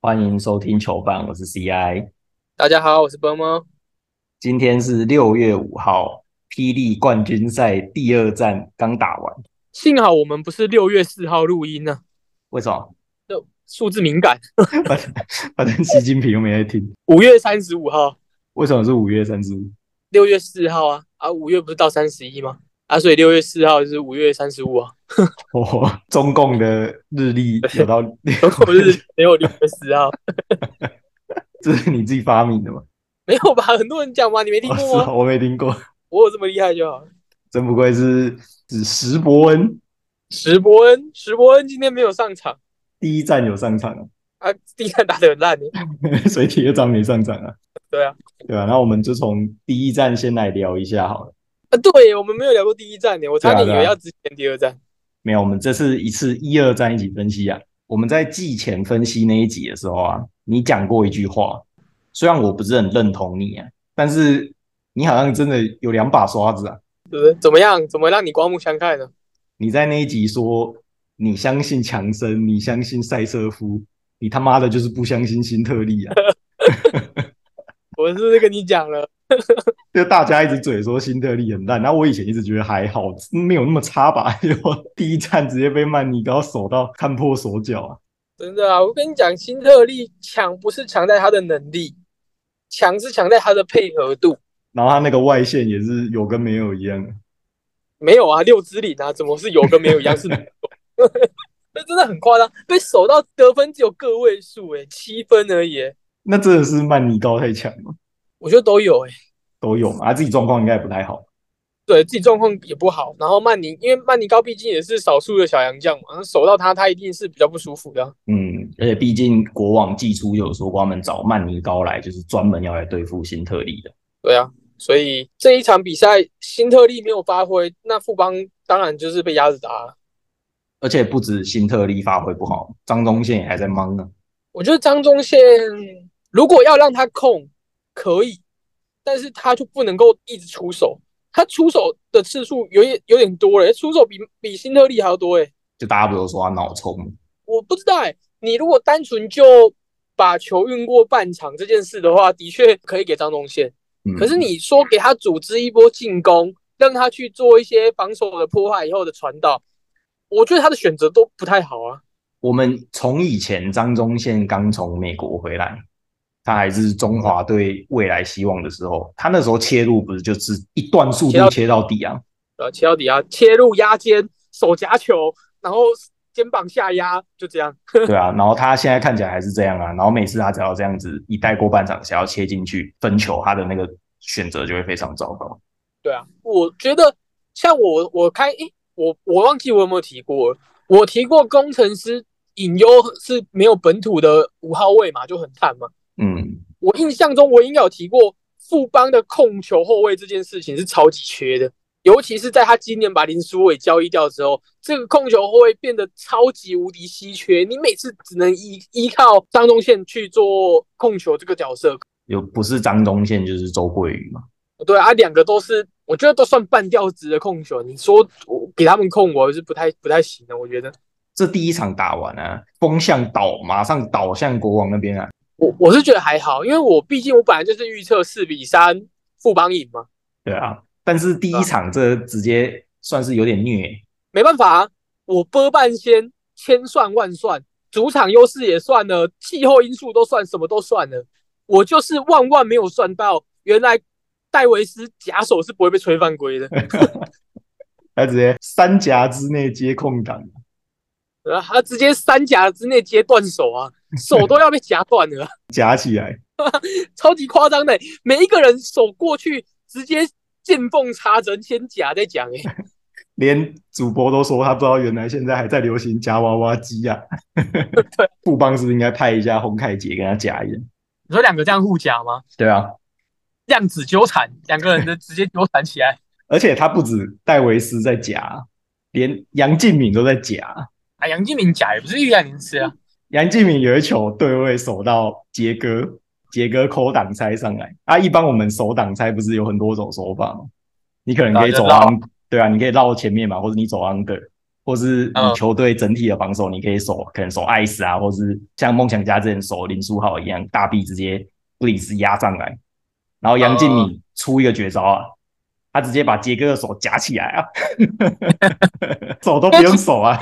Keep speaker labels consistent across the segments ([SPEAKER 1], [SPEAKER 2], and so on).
[SPEAKER 1] 欢迎收听球棒，我是 CI。
[SPEAKER 2] 大家好，我是波波。
[SPEAKER 1] 今天是六月五号，霹雳冠军赛第二战刚打完。
[SPEAKER 2] 幸好我们不是六月四号录音呢、
[SPEAKER 1] 为什么？
[SPEAKER 2] 就数字敏感。
[SPEAKER 1] 反正 反正习近平又没在听。
[SPEAKER 2] 五月三十五号，
[SPEAKER 1] 为什么是五月三十五？
[SPEAKER 2] 六月四号啊啊，五月不是到三十一吗？啊，所以六月四号就是五月三十五啊。
[SPEAKER 1] 哦，中共的日历有到，
[SPEAKER 2] 如果不是没有六月四号，
[SPEAKER 1] 这是你自己发明的吗？
[SPEAKER 2] 没有吧？ 很多人讲嘛，你没听
[SPEAKER 1] 哦， 是
[SPEAKER 2] 过啊吗？
[SPEAKER 1] 哦我没听过，
[SPEAKER 2] 我有这么厉害就好了。
[SPEAKER 1] 真不愧是指石伯恩
[SPEAKER 2] 史伯恩，史伯恩今天没有上场
[SPEAKER 1] 第一站有上场啊，
[SPEAKER 2] 啊，第三打得很烂耶。欸
[SPEAKER 1] 所以第二站没上场啊，
[SPEAKER 2] 对啊，
[SPEAKER 1] 对吧、那我们就从第一站先来聊一下好了。
[SPEAKER 2] 啊对耶，我们没有聊过第一站呢，欸我差点以
[SPEAKER 1] 对啊
[SPEAKER 2] 为
[SPEAKER 1] 对啊
[SPEAKER 2] 要只前第二站。
[SPEAKER 1] 没有，我们这次一次一二站一起分析啊。我们在季前分析那一集的时候啊，你讲过一句话，虽然我不是很认同你啊，但是你好像真的有两把刷子啊。
[SPEAKER 2] 对不对？怎么样？怎么让你刮目相看呢？
[SPEAKER 1] 你在那一集说你相信强森，你相信塞瑟夫，你他妈的就是不相信辛特利啊！
[SPEAKER 2] 我是不是跟你讲了？
[SPEAKER 1] 就大家一直嘴说辛特利很烂，那我以前一直觉得还好，没有那么差吧。 结果第一站直接被曼尼高守到看破手脚啊！
[SPEAKER 2] 真的啊，我跟你讲，新特利强不是强在他的能力，强是强在他的配合度。
[SPEAKER 1] 然后他那个外线也是有跟没有一样啊。
[SPEAKER 2] 没有啊，六支领啊，怎么是有跟没有一样是没有？ 那真的很夸张，被守到得分只有个位数、欸，七分而已、欸，
[SPEAKER 1] 那真的是曼尼高太强了，
[SPEAKER 2] 我觉得都有、欸，
[SPEAKER 1] 都有嘛，他啊自己状况应该也不太好。
[SPEAKER 2] 对自己状况也不好。然后曼宁，因为曼宁高毕竟也是少数的小洋将嘛，守到他，他一定是比较不舒服的啊、
[SPEAKER 1] 嗯，而且毕竟国网季初就有说过，他们找曼尼高来就是专门要来对付辛特利的。
[SPEAKER 2] 对啊，所以这一场比赛，新特利没有发挥，那富邦当然就是被压着打了。
[SPEAKER 1] 而且不止辛特利发挥不好，张忠宪也还在忙呢。
[SPEAKER 2] 我觉得张忠宪如果要让他控，可以，但是他就不能够一直出手，他出手的次数有点有点多了，出手比比辛特利还要多诶。
[SPEAKER 1] 就大家不都说他脑冲？
[SPEAKER 2] 我不知道诶，你如果单纯就把球运过半场这件事的话，的确可以给张忠宪。
[SPEAKER 1] 嗯，
[SPEAKER 2] 可是你说给他组织一波进攻，让他去做一些防守的破坏以后的传导，我觉得他的选择都不太好啊。
[SPEAKER 1] 我们从以前张忠宪刚从美国回来，他还是中华队未来希望的时候，他那时候切入不是就是一段速
[SPEAKER 2] 切
[SPEAKER 1] 度
[SPEAKER 2] 到
[SPEAKER 1] 切到底啊？
[SPEAKER 2] 呃，切到底啊，切入压肩，手夹球，然后肩膀下压，就这样。
[SPEAKER 1] 对啊，然后他现在看起来还是这样啊，然后每次他只要这样子一带过半场，想要切进去分球，他的那个选择就会非常糟糕。
[SPEAKER 2] 对啊，我觉得像我，我开，诶，我我忘记我有没有提过了，我提过工程师隐忧是没有本土的五号位嘛，就很惨嘛。
[SPEAKER 1] 嗯，
[SPEAKER 2] 我印象中我应该有提过富邦的控球后卫这件事情是超级缺的，尤其是在他今年把林书伟交易掉之后，这个控球后卫变得超级无敌稀缺，你每次只能依依靠张忠宪去做控球这个角色。
[SPEAKER 1] 有不是张忠宪就是周桂宇嘛？
[SPEAKER 2] 对啊，两个都是我觉得都算半吊子的控球，你说我给他们控我是不太不太行的，我觉得。
[SPEAKER 1] 这第一场打完啊，风向倒，马上倒向国王那边啊。
[SPEAKER 2] 我我是觉得还好，因为我毕竟我本来就是预测四比三富邦赢嘛，
[SPEAKER 1] 对啊，但是第一场这直接算是有点虐，
[SPEAKER 2] 没办法、啊，我波半先，千算万算，主场优势也算了，气候因素都算，什么都算了，我就是万万没有算到，原来戴维斯假手是不会被吹犯规的，
[SPEAKER 1] 他直接三夹之内接空档，
[SPEAKER 2] 然啊后他直接三夹之内接断手啊，手都要被夹断了啊，
[SPEAKER 1] 夹起来。
[SPEAKER 2] 超级夸张的、每一个人手过去直接见缝插针，先夹再讲、欸，
[SPEAKER 1] 连主播都说他不知道，原来现在还在流行夹娃娃机啊。 富邦是不是应该派一下洪凯杰跟他夹一下？
[SPEAKER 2] 你说两个这样互夹吗？
[SPEAKER 1] 对啊，
[SPEAKER 2] 量子纠缠，两个人的直接纠缠起来，
[SPEAKER 1] 而且他不止戴维斯在夹，连杨敬敏都在夹。
[SPEAKER 2] 啊，杨敬敏夹也不是玉兰林吃啊。
[SPEAKER 1] 杨敬敏有一球对位守到杰哥，杰哥扣挡拆上来。啊，一般我们守挡拆不是有很多种手法吗？你可能可以走
[SPEAKER 2] 然后
[SPEAKER 1] under，对啊，你可以绕前面嘛，或者你走 under，或是
[SPEAKER 2] 嗯
[SPEAKER 1] 你球队整体的防守，你可以守可能守艾斯啊，或是像梦想家之前守林书豪一样，大臂直接布里斯压上来，然后杨敬敏出一个绝招啊，他直接把杰哥的手夹起来啊， 手都不用手啊，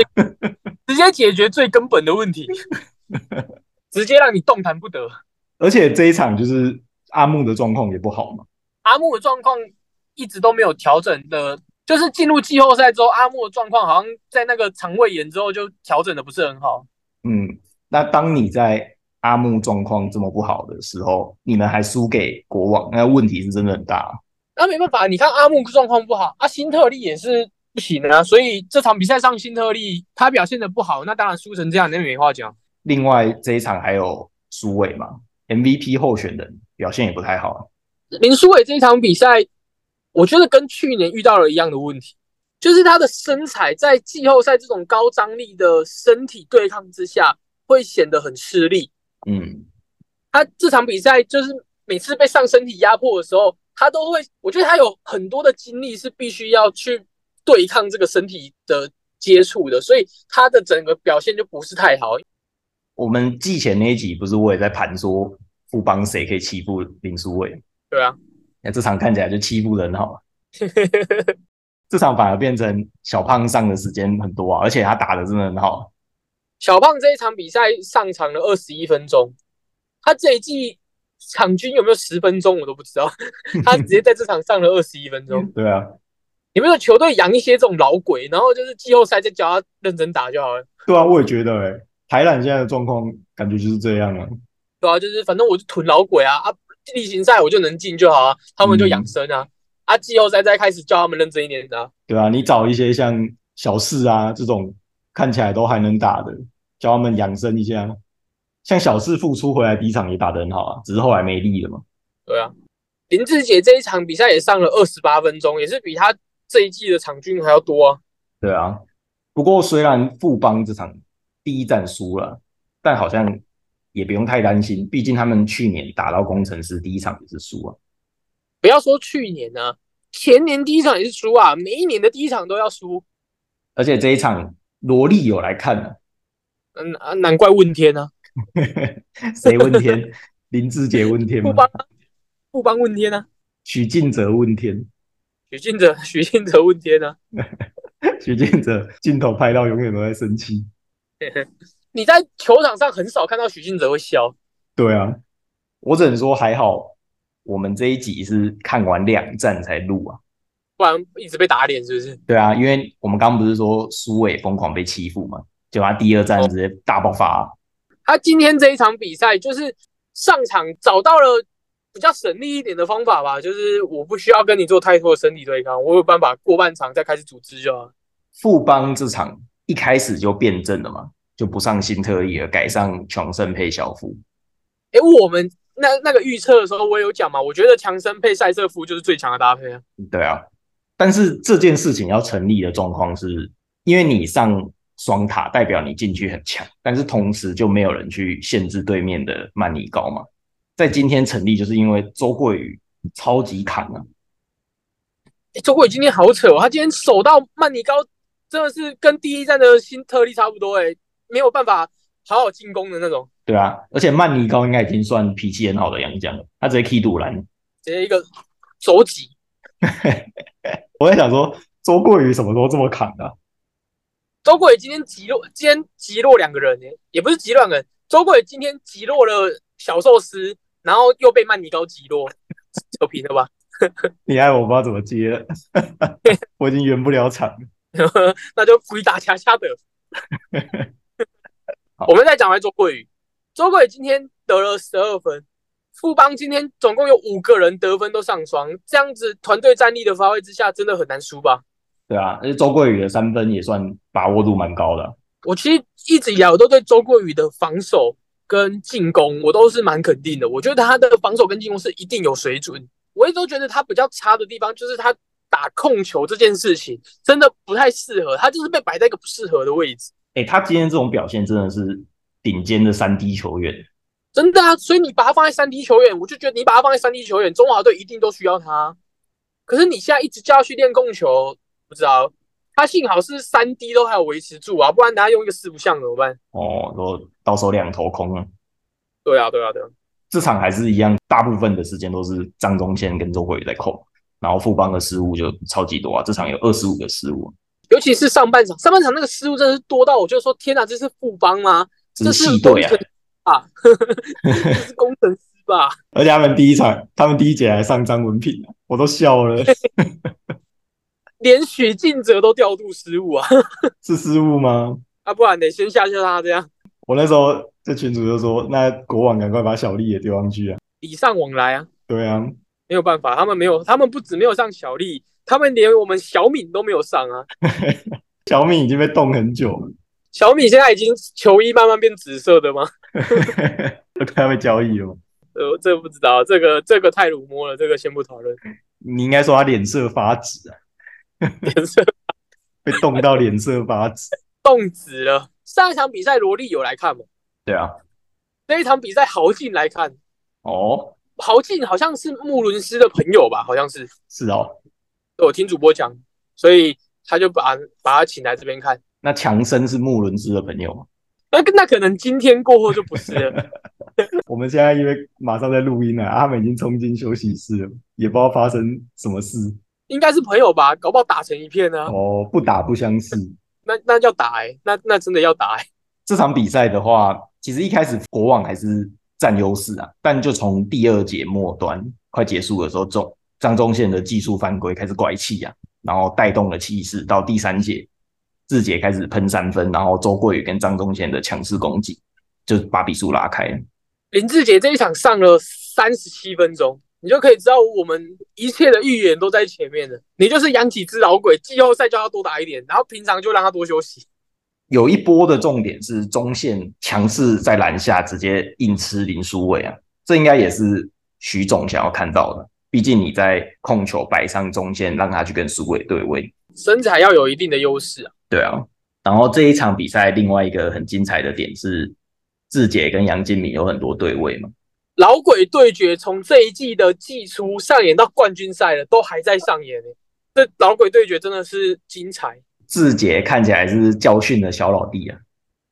[SPEAKER 2] 直接解决最根本的问题，直接让你动弹不得。
[SPEAKER 1] 而且这一场就是阿木的状况也不好嘛，
[SPEAKER 2] 阿木的状况一直都没有调整的，就是进入季后赛之后，阿木的状况好像在那个肠胃炎之后就调整的不是很好。
[SPEAKER 1] 嗯，那当你在阿木状况这么不好的时候，你们还输给国王，那问题是真的很大啊、
[SPEAKER 2] 那、没办法，你看阿木状况不好，啊，辛特利也是不行啊，所以这场比赛上辛特利他表现的不好，那当然输成这样，那没话讲。
[SPEAKER 1] 另外这一场还有苏伟嘛，MVP 候选人表现也不太好。
[SPEAKER 2] 林书伟这一场比赛，我觉得跟去年遇到了一样的问题，就是他的身材在季后赛这种高张力的身体对抗之下，会显得很吃力。
[SPEAKER 1] 嗯，
[SPEAKER 2] 他这场比赛就是每次被上身体压迫的时候，他都会，我觉得他有很多的精力是必须要去对抗这个身体的接触的，所以他的整个表现就不是太好。
[SPEAKER 1] 我们季前那一集不是我也在盘说富邦谁可以欺负林书伟，
[SPEAKER 2] 对啊，
[SPEAKER 1] 那这场看起来就欺负人 好了。这场反而变成小胖上的时间很多啊，而且他打的真的很好。
[SPEAKER 2] 小胖这一场比赛上场了二十一分钟，他这一季场均有没有十分钟我都不知道， 他直接在这场上了二十一分钟。
[SPEAKER 1] 对啊，
[SPEAKER 2] 你们有球队养一些这种老鬼，然后就是季后赛再叫他认真打就好了。
[SPEAKER 1] 对啊，我也觉得哎、台篮现在的状况感觉就是这样啊。
[SPEAKER 2] 对啊，就是反正我就囤老鬼啊啊！例行赛我就能进就好啊，他们就养生啊、啊！季后赛再开始叫他们认真一点的啊、
[SPEAKER 1] 对啊，你找一些像小四啊这种看起来都还能打的，教他们养生一下。像小四复出回来第一场也打得很好啊，只是后来没力了嘛。
[SPEAKER 2] 对啊，林志杰这一场比赛也上了二十八分钟，也是比他这一季的场均还要多啊。
[SPEAKER 1] 对啊，不过虽然富邦这场第一战输了，但好像也不用太担心，毕竟他们去年打到工程师第一场也是输啊。
[SPEAKER 2] 不要说去年啊，前年第一场也是输啊，每一年的第一场都要输。
[SPEAKER 1] 而且这一场罗莉有来看啊，
[SPEAKER 2] 嗯啊，难怪问天啊，
[SPEAKER 1] 谁问天？林志杰问天
[SPEAKER 2] 不
[SPEAKER 1] 吗？
[SPEAKER 2] 帮不帮问天啊，
[SPEAKER 1] 许晋哲问天，
[SPEAKER 2] 许晋哲 许晋哲问天啊。
[SPEAKER 1] 许晋哲镜头拍到永远都在生气。
[SPEAKER 2] 你在球场上很少看到许晋哲会笑，
[SPEAKER 1] 对啊，我只能说还好，我们这一集是看完两站才录啊。
[SPEAKER 2] 不然一直被打脸是不是？
[SPEAKER 1] 对啊，因为我们刚刚不是说苏伟疯狂被欺负嘛，结果他第二站直接大爆发啊、
[SPEAKER 2] 他今天这一场比赛就是上场找到了比较省力一点的方法吧，就是我不需要跟你做太多的身体对抗，我有办法过半场再开始组织就好。
[SPEAKER 1] 富邦这场一开始就变阵了嘛，就不上新特利了，改上强盛配小夫。
[SPEAKER 2] 诶，我们那那个预测的时候我也有讲嘛，我觉得强森配塞瑟夫就是最强的搭配啊。
[SPEAKER 1] 对啊，但是这件事情要成立的状况是，因为你上双塔代表你禁区很强，但是同时就没有人去限制对面的曼尼高嘛。在今天成立，就是因为周桂宇超级砍啊，
[SPEAKER 2] 诶，周国宇今天好扯哦，他今天守到曼尼高真的是跟第一站的新特例差不多、诶，没有办法好好进攻的那种，
[SPEAKER 1] 对啊，而且曼尼高应该已经算脾气很好的洋将了，他直接踢堵篮。
[SPEAKER 2] 直接一个手挤。
[SPEAKER 1] 我在想说，周桂宇什么时候这么砍的、啊？
[SPEAKER 2] 周国伟今天击落，今天击落两个人、欸，也不是击落两个人，周国伟今天击落了小寿司，然后又被曼尼高击落，扯平了吧？
[SPEAKER 1] 你爱我不知道怎么接 了，我已经圆不了场了。
[SPEAKER 2] 那就鬼打墙下的。
[SPEAKER 1] 好
[SPEAKER 2] 我们再讲回周国宇，周国宇今天得了十二分，富邦今天总共有五个人得分都上双，这样子团队战力的发挥之下，真的很难输吧？
[SPEAKER 1] 对啊，而且周桂宇的三分也算把握度蛮高的啊、
[SPEAKER 2] 我其实一直以来我都对周桂宇的防守跟进攻，我都是蛮肯定的。我觉得他的防守跟进攻是一定有水准。我一直都觉得他比较差的地方就是他打控球这件事情真的不太适合，他就是被摆在一个不适合的位置。
[SPEAKER 1] 哎、他今天这种表现真的是顶尖的三 D 球员，
[SPEAKER 2] 真的啊，所以你把他放在三 D 球员，我就觉得你把他放在三 D 球员，中华队一定都需要他。可是你现在一直叫他去练控球，不知道他幸好是三 D 都还有维持住啊，不然他用一个四不像怎么办？
[SPEAKER 1] 哦，说到手两头空啊。
[SPEAKER 2] 对啊，对啊，对啊，
[SPEAKER 1] 这场还是一样，大部分的时间都是张宗宪跟周国宇在控，然后富邦的失误就超级多啊，这场有二十五个失误，
[SPEAKER 2] 尤其是上半场，上半场那个失误真的是多到我就说，天哪，这是富邦吗？
[SPEAKER 1] 这
[SPEAKER 2] 这
[SPEAKER 1] 是
[SPEAKER 2] 是
[SPEAKER 1] 系队啊
[SPEAKER 2] 工。程啊， 这是工程师吧？
[SPEAKER 1] 而且他们第一场，他们第一节还上张文平啊，我都笑 了，
[SPEAKER 2] 连许晋哲都调度失误啊！
[SPEAKER 1] 是失误吗？
[SPEAKER 2] 啊，不然得先吓吓他这样，
[SPEAKER 1] 我那时候这群主就说，那国网赶快把小丽也丢上去啊。
[SPEAKER 2] 礼尚往来啊，
[SPEAKER 1] 对啊，
[SPEAKER 2] 没有办法，他们没有，他们不止没有上小丽，他们连我们小敏都没有上啊。
[SPEAKER 1] 小敏已经被冻很久了，
[SPEAKER 2] 小敏现在已经球衣慢慢变紫色的吗？
[SPEAKER 1] 他被交易了吗？
[SPEAKER 2] 呃，这不知道，这个这个太辱没了，这个先不讨论。
[SPEAKER 1] 你应该说他脸色发紫啊，
[SPEAKER 2] 颜色
[SPEAKER 1] 被冻到脸色发紫。
[SPEAKER 2] 冻紫了。上一场比赛罗莉有来看吗？
[SPEAKER 1] 对啊，
[SPEAKER 2] 那一场比赛豪进来看，
[SPEAKER 1] 哦，
[SPEAKER 2] 豪进好像是穆伦斯的朋友吧，好像是，
[SPEAKER 1] 是哦，
[SPEAKER 2] 我听主播讲，所以他就把把他请来这边看。
[SPEAKER 1] 那强森是穆伦斯的朋友吗？
[SPEAKER 2] 那那可能今天过后就不是了。
[SPEAKER 1] 我们现在因为马上在录音了，啊他们已经冲进休息室了，也不知道发生什么事。
[SPEAKER 2] 应该是朋友吧，搞不好打成一片呢、
[SPEAKER 1] 哦，不打不相识。
[SPEAKER 2] 那那要打哎、那那真的要打哎、
[SPEAKER 1] 这场比赛的话，其实一开始国网还是占优势啊，但就从第二节末端快结束的时候，中张宗宪的技术犯规开始拐气啊，然后带动了气势，到第三节志杰开始喷三分，然后周桂宇跟张宗宪的强势攻击就把比数拉开了。
[SPEAKER 2] 林志杰这一场上了三十七分钟，你就可以知道我们一切的预言都在前面了。你就是养几只老鬼，季后赛叫他多打一点，然后平常就让他多休息。
[SPEAKER 1] 有一波的重点是中线强势在篮下直接硬吃林书伟啊，这应该也是徐总想要看到的。毕竟你在控球摆上中线，让他去跟苏伟对位，
[SPEAKER 2] 身材要有一定的优势啊。
[SPEAKER 1] 对啊。然后这一场比赛另外一个很精彩的点是，志杰跟杨敬敏有很多对位嘛，
[SPEAKER 2] 老鬼对决从这一季的季初上演到冠军赛了，都还在上演呢、这老鬼对决真的是精彩。
[SPEAKER 1] 志杰看起来是教训了小老弟 啊，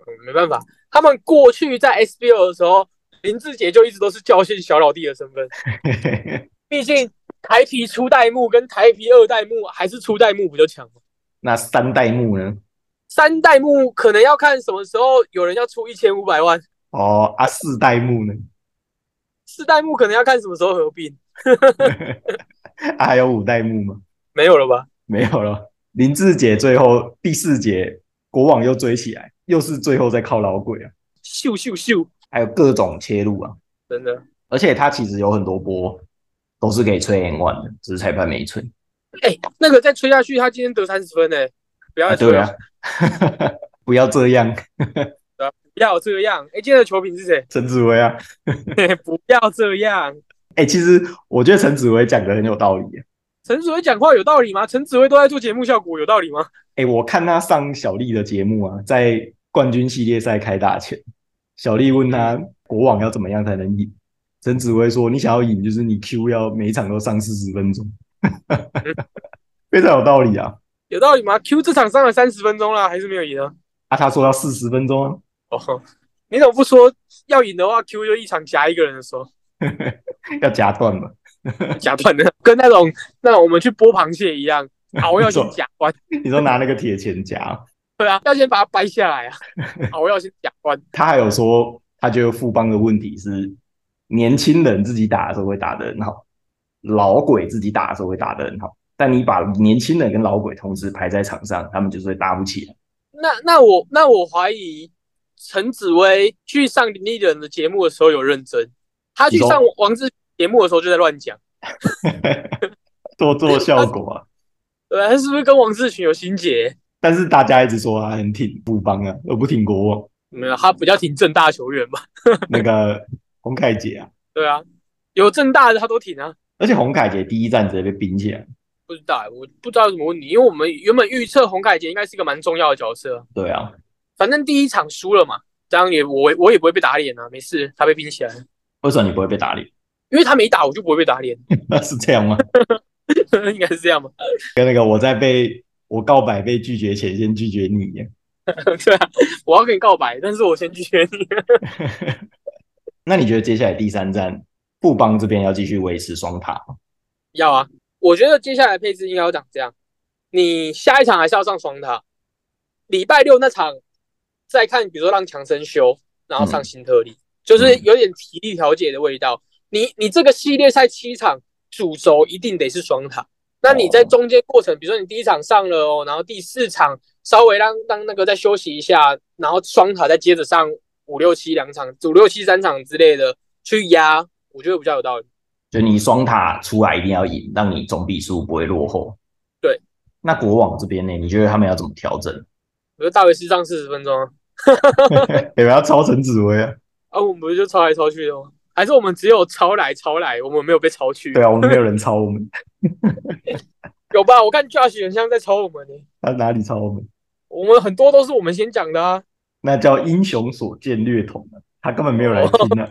[SPEAKER 2] 嗯，没办法，他们过去在 SBL 的时候，林志杰就一直都是教训小老弟的身份。毕竟台皮初代目跟台皮二代目还是初代目比较强嘛，
[SPEAKER 1] 那三代目呢？
[SPEAKER 2] 三代目可能要看什么时候有人要出一千五百万，
[SPEAKER 1] 哦啊，四代目呢？
[SPEAKER 2] 四代目可能要看什么时候合并，
[SPEAKER 1] 啊还有五代目吗？
[SPEAKER 2] 没有了吧？
[SPEAKER 1] 没有了。林志杰最后第四节，国网又追起来，又是最后在靠老鬼啊，
[SPEAKER 2] 咻咻咻，
[SPEAKER 1] 还有各种切入啊，
[SPEAKER 2] 真的。
[SPEAKER 1] 而且他其实有很多波都是给吹 N 万的，只是裁判没吹。
[SPEAKER 2] 哎、那个再吹下去，他今天得三十分呢、不要
[SPEAKER 1] 啊，
[SPEAKER 2] 再吹
[SPEAKER 1] 对
[SPEAKER 2] 了，
[SPEAKER 1] 啊， 不要这样，
[SPEAKER 2] 不要这样。哎、今天的球评是 谁？
[SPEAKER 1] 陈子薇啊，
[SPEAKER 2] 不要这样。
[SPEAKER 1] 哎、其实我觉得陈子薇讲的很有道理、啊。
[SPEAKER 2] 陈子薇讲话有道理吗？陈子薇都在做节目效果，有道理吗？
[SPEAKER 1] 哎、我看他上小丽的节目啊，在冠军系列赛开打前，小丽问他国网要怎么样才能赢，陈子威说：“你想要赢，就是你 Q 要每一场都上四十分钟， 非常有道理啊。
[SPEAKER 2] 有道理吗？Q 这场上了三十分钟啦，还是没有赢啊？”
[SPEAKER 1] 啊，他说要四十分钟啊，
[SPEAKER 2] 哦，你怎么不说要赢的话，Q 就一场夹一个人的时候
[SPEAKER 1] 要夹断吧？
[SPEAKER 2] 夹断的，跟那种那种我们去剥螃蟹一样，熬要先夹断，
[SPEAKER 1] 你说拿那个铁钳夹，
[SPEAKER 2] 对啊，要先把它掰下来啊， 熬要先夹断，
[SPEAKER 1] 他还有说，他觉得富邦的问题是年轻人自己打的时候会打得很好，老鬼自己打的时候会打得很好，但你把年轻人跟老鬼同时排在场上，他们就是会打不起来。
[SPEAKER 2] 那那我那我怀疑陈紫薇去上林立人的节目的时候有认真，他去
[SPEAKER 1] 你说
[SPEAKER 2] 上王志节目的时候就在乱讲，
[SPEAKER 1] 做做效果啊。
[SPEAKER 2] 对啊，他是不是跟王志群有心结？
[SPEAKER 1] 但是大家一直说他很挺富邦啊，而不挺国王。
[SPEAKER 2] 没有，啊他比较挺正大球员吧？
[SPEAKER 1] 那个洪凯杰啊，
[SPEAKER 2] 对啊，有正大的他都挺啊。
[SPEAKER 1] 而且洪凯杰第一站直接被冰起来。
[SPEAKER 2] 不知道欸，我不知道有什么问题，因为我们原本预测洪凯杰应该是一个蛮重要的角色，
[SPEAKER 1] 对啊，
[SPEAKER 2] 反正第一场输了嘛，这样也我我也不会被打脸啊，没事，他被冰起来，
[SPEAKER 1] 为什么你不会被打脸？
[SPEAKER 2] 因为他没打我就不会被打脸，
[SPEAKER 1] 是这样吗？
[SPEAKER 2] 应该是这样吧？
[SPEAKER 1] 跟那个我在被我告白被拒绝前先拒绝你。
[SPEAKER 2] 对啊，我要跟你告白，但是我先拒绝你。
[SPEAKER 1] 那你觉得接下来第三站布邦这边要继续维持双塔吗？
[SPEAKER 2] 要啊，我觉得接下来配置应该要长这样：你下一场还是要上双塔，礼拜六那场再看，比如说让强生修，然后上新特利，就是有点体力调节的味道。你你这个系列赛七场主轴一定得是双塔，那你在中间过程，比如说你第一场上了哦，然后第四场稍微让让那个再休息一下，然后双塔再接着上五六七两场、五六七三场之类的去压，我觉得比较有道理。
[SPEAKER 1] 就你双塔出来一定要赢，让你总比数不会落后。
[SPEAKER 2] 对，
[SPEAKER 1] 那国网这边呢？你觉得他们要怎么调整？
[SPEAKER 2] 我觉得大卫是上四十分钟啊，
[SPEAKER 1] 你们要超陈紫薇啊？
[SPEAKER 2] 啊，我们不是就抄来抄去的吗？还是我们只有抄来抄来，我们没有被抄去？
[SPEAKER 1] 对啊，我们没有人抄我们，
[SPEAKER 2] 有吧？我看 Josh 很像在抄我们呢、
[SPEAKER 1] 他哪里抄我们？
[SPEAKER 2] 我们很多都是我们先讲的啊。
[SPEAKER 1] 那叫英雄所见略同啊，他根本没有来听啊。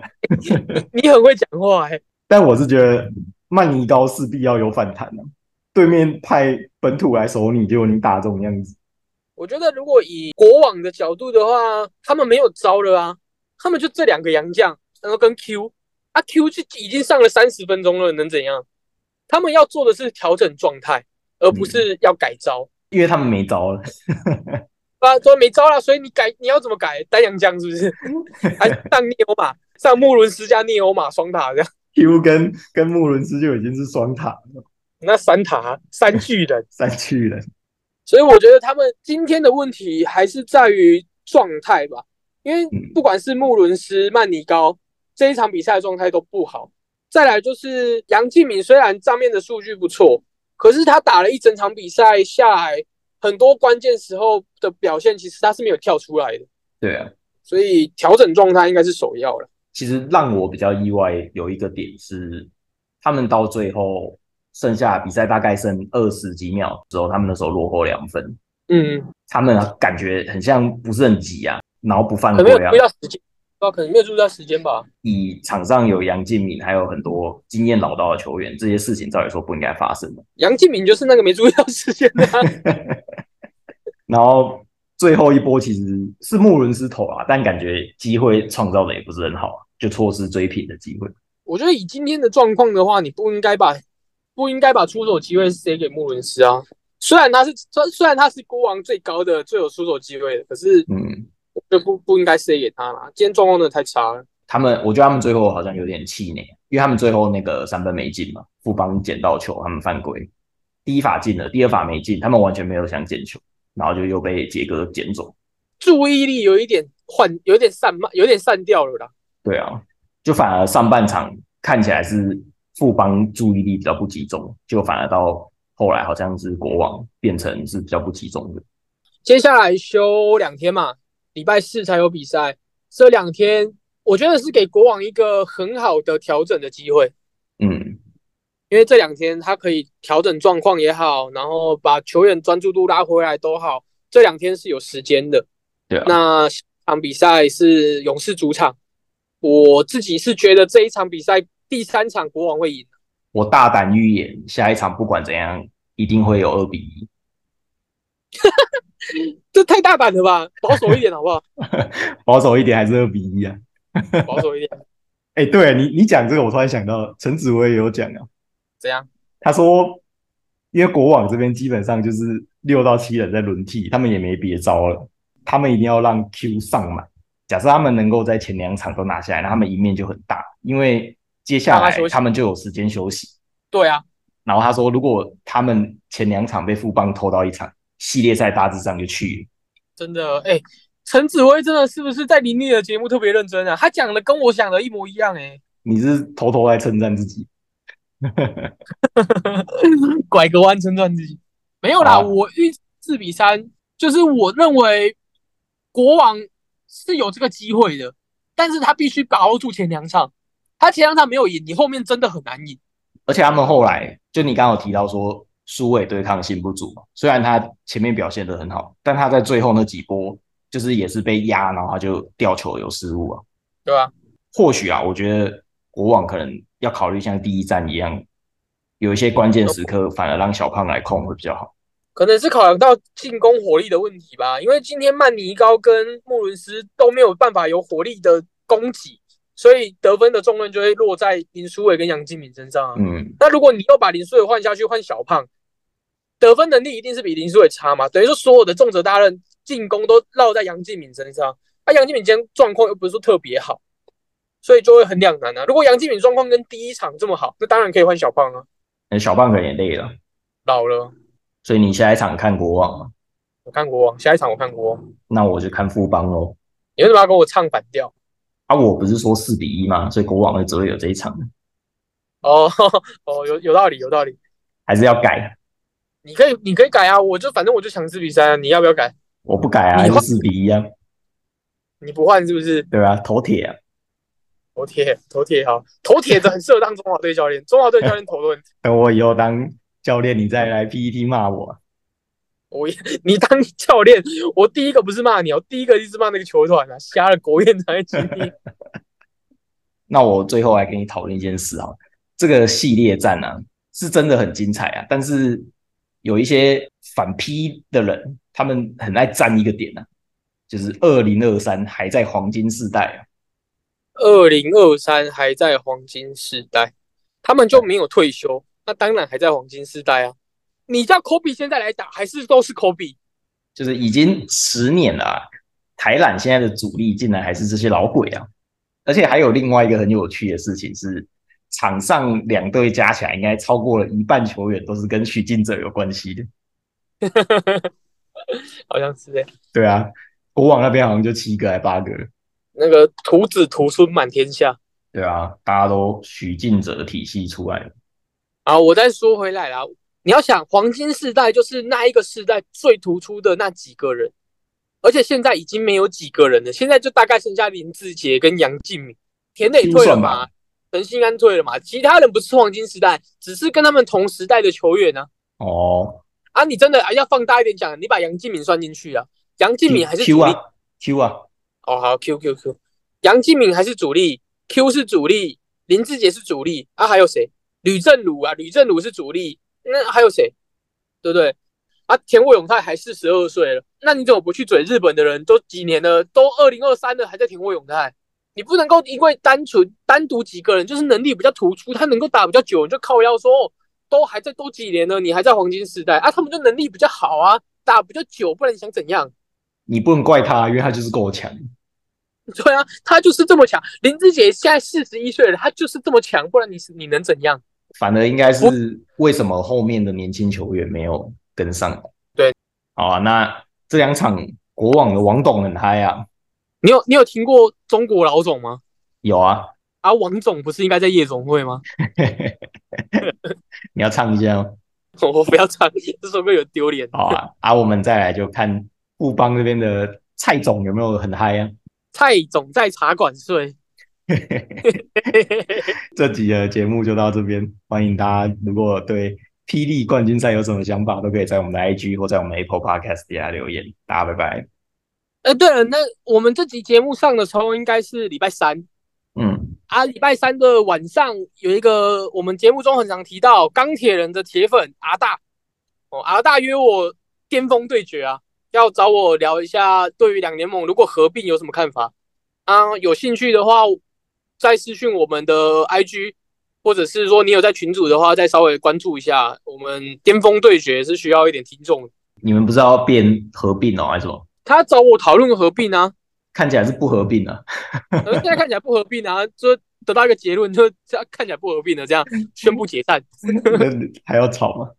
[SPEAKER 2] 你很会讲话哎、
[SPEAKER 1] 但我是觉得曼尼高势必要有反弹啊，对面派本土来守你，结果你打这种样子，
[SPEAKER 2] 我觉得如果以国网的角度的话，他们没有招了啊，他们就这两个洋将，然后跟 Q 啊 Q 就已经上了三十分钟了，能怎样？他们要做的是调整状态，而
[SPEAKER 1] 嗯
[SPEAKER 2] 不是要改招。
[SPEAKER 1] 因为他们没招了。
[SPEAKER 2] 啊，说没招了，所以你改你要怎么改？单阳将是不是？还是上涅欧马，上穆伦斯加涅欧马双塔这样？
[SPEAKER 1] Q 跟跟穆伦斯就已经是双塔了，
[SPEAKER 2] 那三塔三巨人。
[SPEAKER 1] 三巨人。
[SPEAKER 2] 所以我觉得他们今天的问题还是在于状态吧，因为不管是穆伦斯、曼尼高这一场比赛的状态都不好。再来就是杨敬敏，虽然账面的数据不错，可是他打了一整场比赛下来，很多关键时候的表现其实他是没有跳出来的，
[SPEAKER 1] 对啊，
[SPEAKER 2] 所以调整状态应该是首要了。
[SPEAKER 1] 其实让我比较意外有一个点是，他们到最后剩下比赛大概剩二十几秒之后，他们那时候落后两分，
[SPEAKER 2] 嗯，
[SPEAKER 1] 他们感觉很像不是很急啊，然后不犯
[SPEAKER 2] 可能
[SPEAKER 1] 规
[SPEAKER 2] 没有
[SPEAKER 1] 啊
[SPEAKER 2] 注意。到时间，啊，可能没有注意到时间吧。
[SPEAKER 1] 以场上有杨敬敏，还有很多经验老道的球员，这些事情照理说不应该发生的。
[SPEAKER 2] 杨敬敏就是那个没注意到时间的啊、
[SPEAKER 1] 然后最后一波其实是穆伦斯投啊，但感觉机会创造的也不是很好啊，就错失追平的机会。
[SPEAKER 2] 我觉得以今天的状况的话，你不应该把不应该把出手机会塞给穆伦斯啊。虽然他是虽虽然他是国王最高的最有出手机会的，可是
[SPEAKER 1] 嗯，
[SPEAKER 2] 我觉得不不应该塞给他啦。今天状况真的太差了。
[SPEAKER 1] 他们我觉得他们最后好像有点气馁，因为他们最后那个三分没进嘛，富邦捡到球，他们犯规，第一法进了，第二法没进，他们完全没有想捡球，然后就又被杰哥捡走。
[SPEAKER 2] 注意力有一点换，有点散漫，有点散掉了啦。
[SPEAKER 1] 对啊，就反而上半场看起来是富邦注意力比较不集中，就反而到后来好像是国王变成是比较不集中的。
[SPEAKER 2] 接下来休两天嘛，礼拜四才有比赛，这两天我觉得是给国王一个很好的调整的机会。
[SPEAKER 1] 嗯，
[SPEAKER 2] 因为这两天他可以调整状况也好，然后把球员专注度拉回来都好，这两天是有时间的。
[SPEAKER 1] 对啊。
[SPEAKER 2] 那下一场比赛是勇士主场，我自己是觉得这一场比赛第三场国王会赢，
[SPEAKER 1] 我大胆预言，下一场不管怎样，一定会有二比一。
[SPEAKER 2] 这太大胆了吧？保守一点好不 好？
[SPEAKER 1] 保守一点还是二比一啊？
[SPEAKER 2] 保守一点，
[SPEAKER 1] 哎、对你你讲这个，我突然想到，陈子威也有讲啊，
[SPEAKER 2] 怎样？
[SPEAKER 1] 他说，因为国网这边基本上就是六到七人在轮替，他们也没别招了，他们一定要让 Q 上满。假设他们能够在前两场都拿下来，那他们赢面就很大，因为接下
[SPEAKER 2] 大
[SPEAKER 1] 来
[SPEAKER 2] 家休息
[SPEAKER 1] 他们就有时间休息。
[SPEAKER 2] 对啊，
[SPEAKER 1] 然后他说，如果他们前两场被富邦偷到一场，系列赛大致上就去了。
[SPEAKER 2] 真的，哎、陈子威真的是不是在林立的节目特别认真啊？他讲的跟我想的一模一样、欸，
[SPEAKER 1] 你是偷偷在称赞自己。
[SPEAKER 2] 拐个弯称赞自己。哦没有啦，
[SPEAKER 1] 好啊
[SPEAKER 2] 我预四比三，就是我认为国王是有这个机会的，但是他必须把握住前两场。他前两场没有赢，你后面真的很难赢。
[SPEAKER 1] 而且他们后来，就你刚刚有提到说，苏伟对抗性不足嘛，虽然他前面表现得很好，但他在最后那几波就是也是被压，然后他就掉球有失误啊。
[SPEAKER 2] 对吧、啊？
[SPEAKER 1] 或许啊，我觉得国网可能要考虑像第一站一样，有一些关键时刻反而让小胖来控会比较好。
[SPEAKER 2] 可能是考量到进攻火力的问题吧，因为今天曼尼高跟穆伦斯都没有办法有火力的攻击，所以得分的重任就会落在林书伟跟杨敬敏身上啊。
[SPEAKER 1] 嗯，
[SPEAKER 2] 那如果你又把林书伟换下去，换小胖，得分能力一定是比林书伟差嘛？等于说所有的重责大任进攻都落在杨敬敏身上，那、杨敬敏今天状况又不是说特别好，所以就会很两难啊。如果杨敬敏状况跟第一场这么好，那当然可以换小胖啊，
[SPEAKER 1] 那小胖可能也累了，
[SPEAKER 2] 老了。
[SPEAKER 1] 所以你下一场看国王嘛，
[SPEAKER 2] 我看国王，下一场我看国王。
[SPEAKER 1] 那我就看富邦喽。
[SPEAKER 2] 你为什么要跟我唱反调？
[SPEAKER 1] 啊，我不是说四比一嘛，所以国王会只会有这一场，
[SPEAKER 2] 哦 哦，有有道理，有道理。
[SPEAKER 1] 还是要改？
[SPEAKER 2] 你可以，你可以改啊，我就反正我就想四比三、啊，你要不要改？
[SPEAKER 1] 我不改啊，还
[SPEAKER 2] 你
[SPEAKER 1] 是
[SPEAKER 2] 换
[SPEAKER 1] 四比一啊，
[SPEAKER 2] 你不换是不是？
[SPEAKER 1] 对吧、头铁啊，
[SPEAKER 2] 头铁，头铁好，头铁子很适合当中华队教练，中华队教练头论，
[SPEAKER 1] 等我以后当教练，你再来 PET 骂我啊。
[SPEAKER 2] 我也 你当教练，我第一个不是骂你，我第一个一直骂那个球团啊，瞎了狗眼才去你。
[SPEAKER 1] 那我最后来跟你讨论一件事啊，这个系列战啊是真的很精彩啊，但是有一些反批的人，他们很爱站一个点啊，就是二零二三还在黄金时代啊，
[SPEAKER 2] 二零二三还在黄金时代，他们就没有退休，那当然还在黄金时代啊。你叫科比现在来打，还是都是科比？
[SPEAKER 1] 就是已经十年了、啊，台揽现在的主力竟然还是这些老鬼啊，而且还有另外一个很有趣的事情是，场上两队加起来应该超过了一半球员都是跟许晋哲有关系的，
[SPEAKER 2] 好像是这样。
[SPEAKER 1] 对啊，国网那边好像就七个还八个了。
[SPEAKER 2] 那个徒子徒孙满天下。
[SPEAKER 1] 对啊，大家都许晋哲体系出来的，
[SPEAKER 2] 好，我再说回来啦，你要想黄金世代就是那一个世代最突出的那几个人，而且现在已经没有几个人了，现在就大概剩下林志杰跟杨敬敏，田磊退了
[SPEAKER 1] 精算吧
[SPEAKER 2] 嘛，陈兴安退了嘛，其他人不是黄金时代，只是跟他们同时代的球员啊。
[SPEAKER 1] 哦，
[SPEAKER 2] 啊，你真的啊要放大一点讲，你把杨敬敏算进去啊，杨敬敏还是
[SPEAKER 1] Q
[SPEAKER 2] 主力
[SPEAKER 1] 啊 Q 啊，
[SPEAKER 2] 哦，好，Q Q Q，杨敬敏还是主力，Q 是主力，林志杰是主力啊，还有谁？吕正儒啊，吕正儒是主力，那还有谁？对不对？啊，田尾永泰还四十二岁了，那你怎么不去嘴日本的人都几年了，都二零二三了，还在田尾永泰？你不能够因为单纯单独几个人就是能力比较突出，他能够打比较久，你就靠腰说哦，都还在都几年了，你还在黄金时代啊，他们就能力比较好啊，打比较久，不然你想怎样？
[SPEAKER 1] 你不能怪他，因为他就是够强。
[SPEAKER 2] 对啊，他就是这么强。林志杰现在四十一岁了，他就是这么强，不然你是你能怎样？
[SPEAKER 1] 反而应该是为什么后面的年轻球员没有跟上？
[SPEAKER 2] 对，
[SPEAKER 1] 好啊，那这两场国网的王董很嗨啊，
[SPEAKER 2] 你有你有听过中国老总吗？
[SPEAKER 1] 有啊，
[SPEAKER 2] 啊，王总不是应该在夜总会吗？
[SPEAKER 1] 你要唱一下哦。
[SPEAKER 2] 我不要唱，这首歌有丢脸。
[SPEAKER 1] 好啊，啊，我们再来就看富邦这边的蔡总有没有很嗨啊。
[SPEAKER 2] 蔡总在茶馆睡。
[SPEAKER 1] 这集的节目就到这边，欢迎大家如果对霹雳冠军赛有什么想法，都可以在我们的 IG 或在我们的 Apple Podcast 底下留言。大家拜拜。
[SPEAKER 2] 哎、对了，那我们这集节目上的时候应该是礼拜三
[SPEAKER 1] 嗯，
[SPEAKER 2] 啊，礼拜三的晚上有一个我们节目中很常提到钢铁人的铁粉阿大，哦，阿大约我巅峰对决啊，要找我聊一下对于两联盟如果合并有什么看法啊？有兴趣的话，再私讯我们的 IG，或者是说你有在群组的话，再稍微关注一下。我们巅峰对决是需要一点听众的，
[SPEAKER 1] 你们不是要变合并哦，还是什么？
[SPEAKER 2] 他找我讨论合并啊，
[SPEAKER 1] 看起来是不合并 啊。
[SPEAKER 2] 可是现在看起来不合并啊，就得到一个结论，就这样看起来不合并的，这样宣布解散。
[SPEAKER 1] 还要吵吗？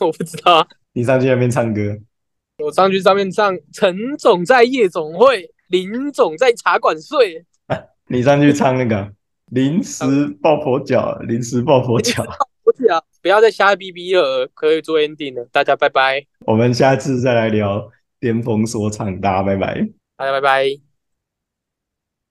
[SPEAKER 2] 我不知道啊，
[SPEAKER 1] 你上去那边唱歌，
[SPEAKER 2] 我上去上面唱，陈总在夜总会，林总在茶馆睡，
[SPEAKER 1] 你上去唱那个临时抱佛脚，临时抱佛脚。
[SPEAKER 2] 不是啊，不要再瞎逼逼了，可以做 ending 了，大家拜拜，
[SPEAKER 1] 我们下次再来聊巅峰说唱，大家拜拜。
[SPEAKER 2] 大家拜拜。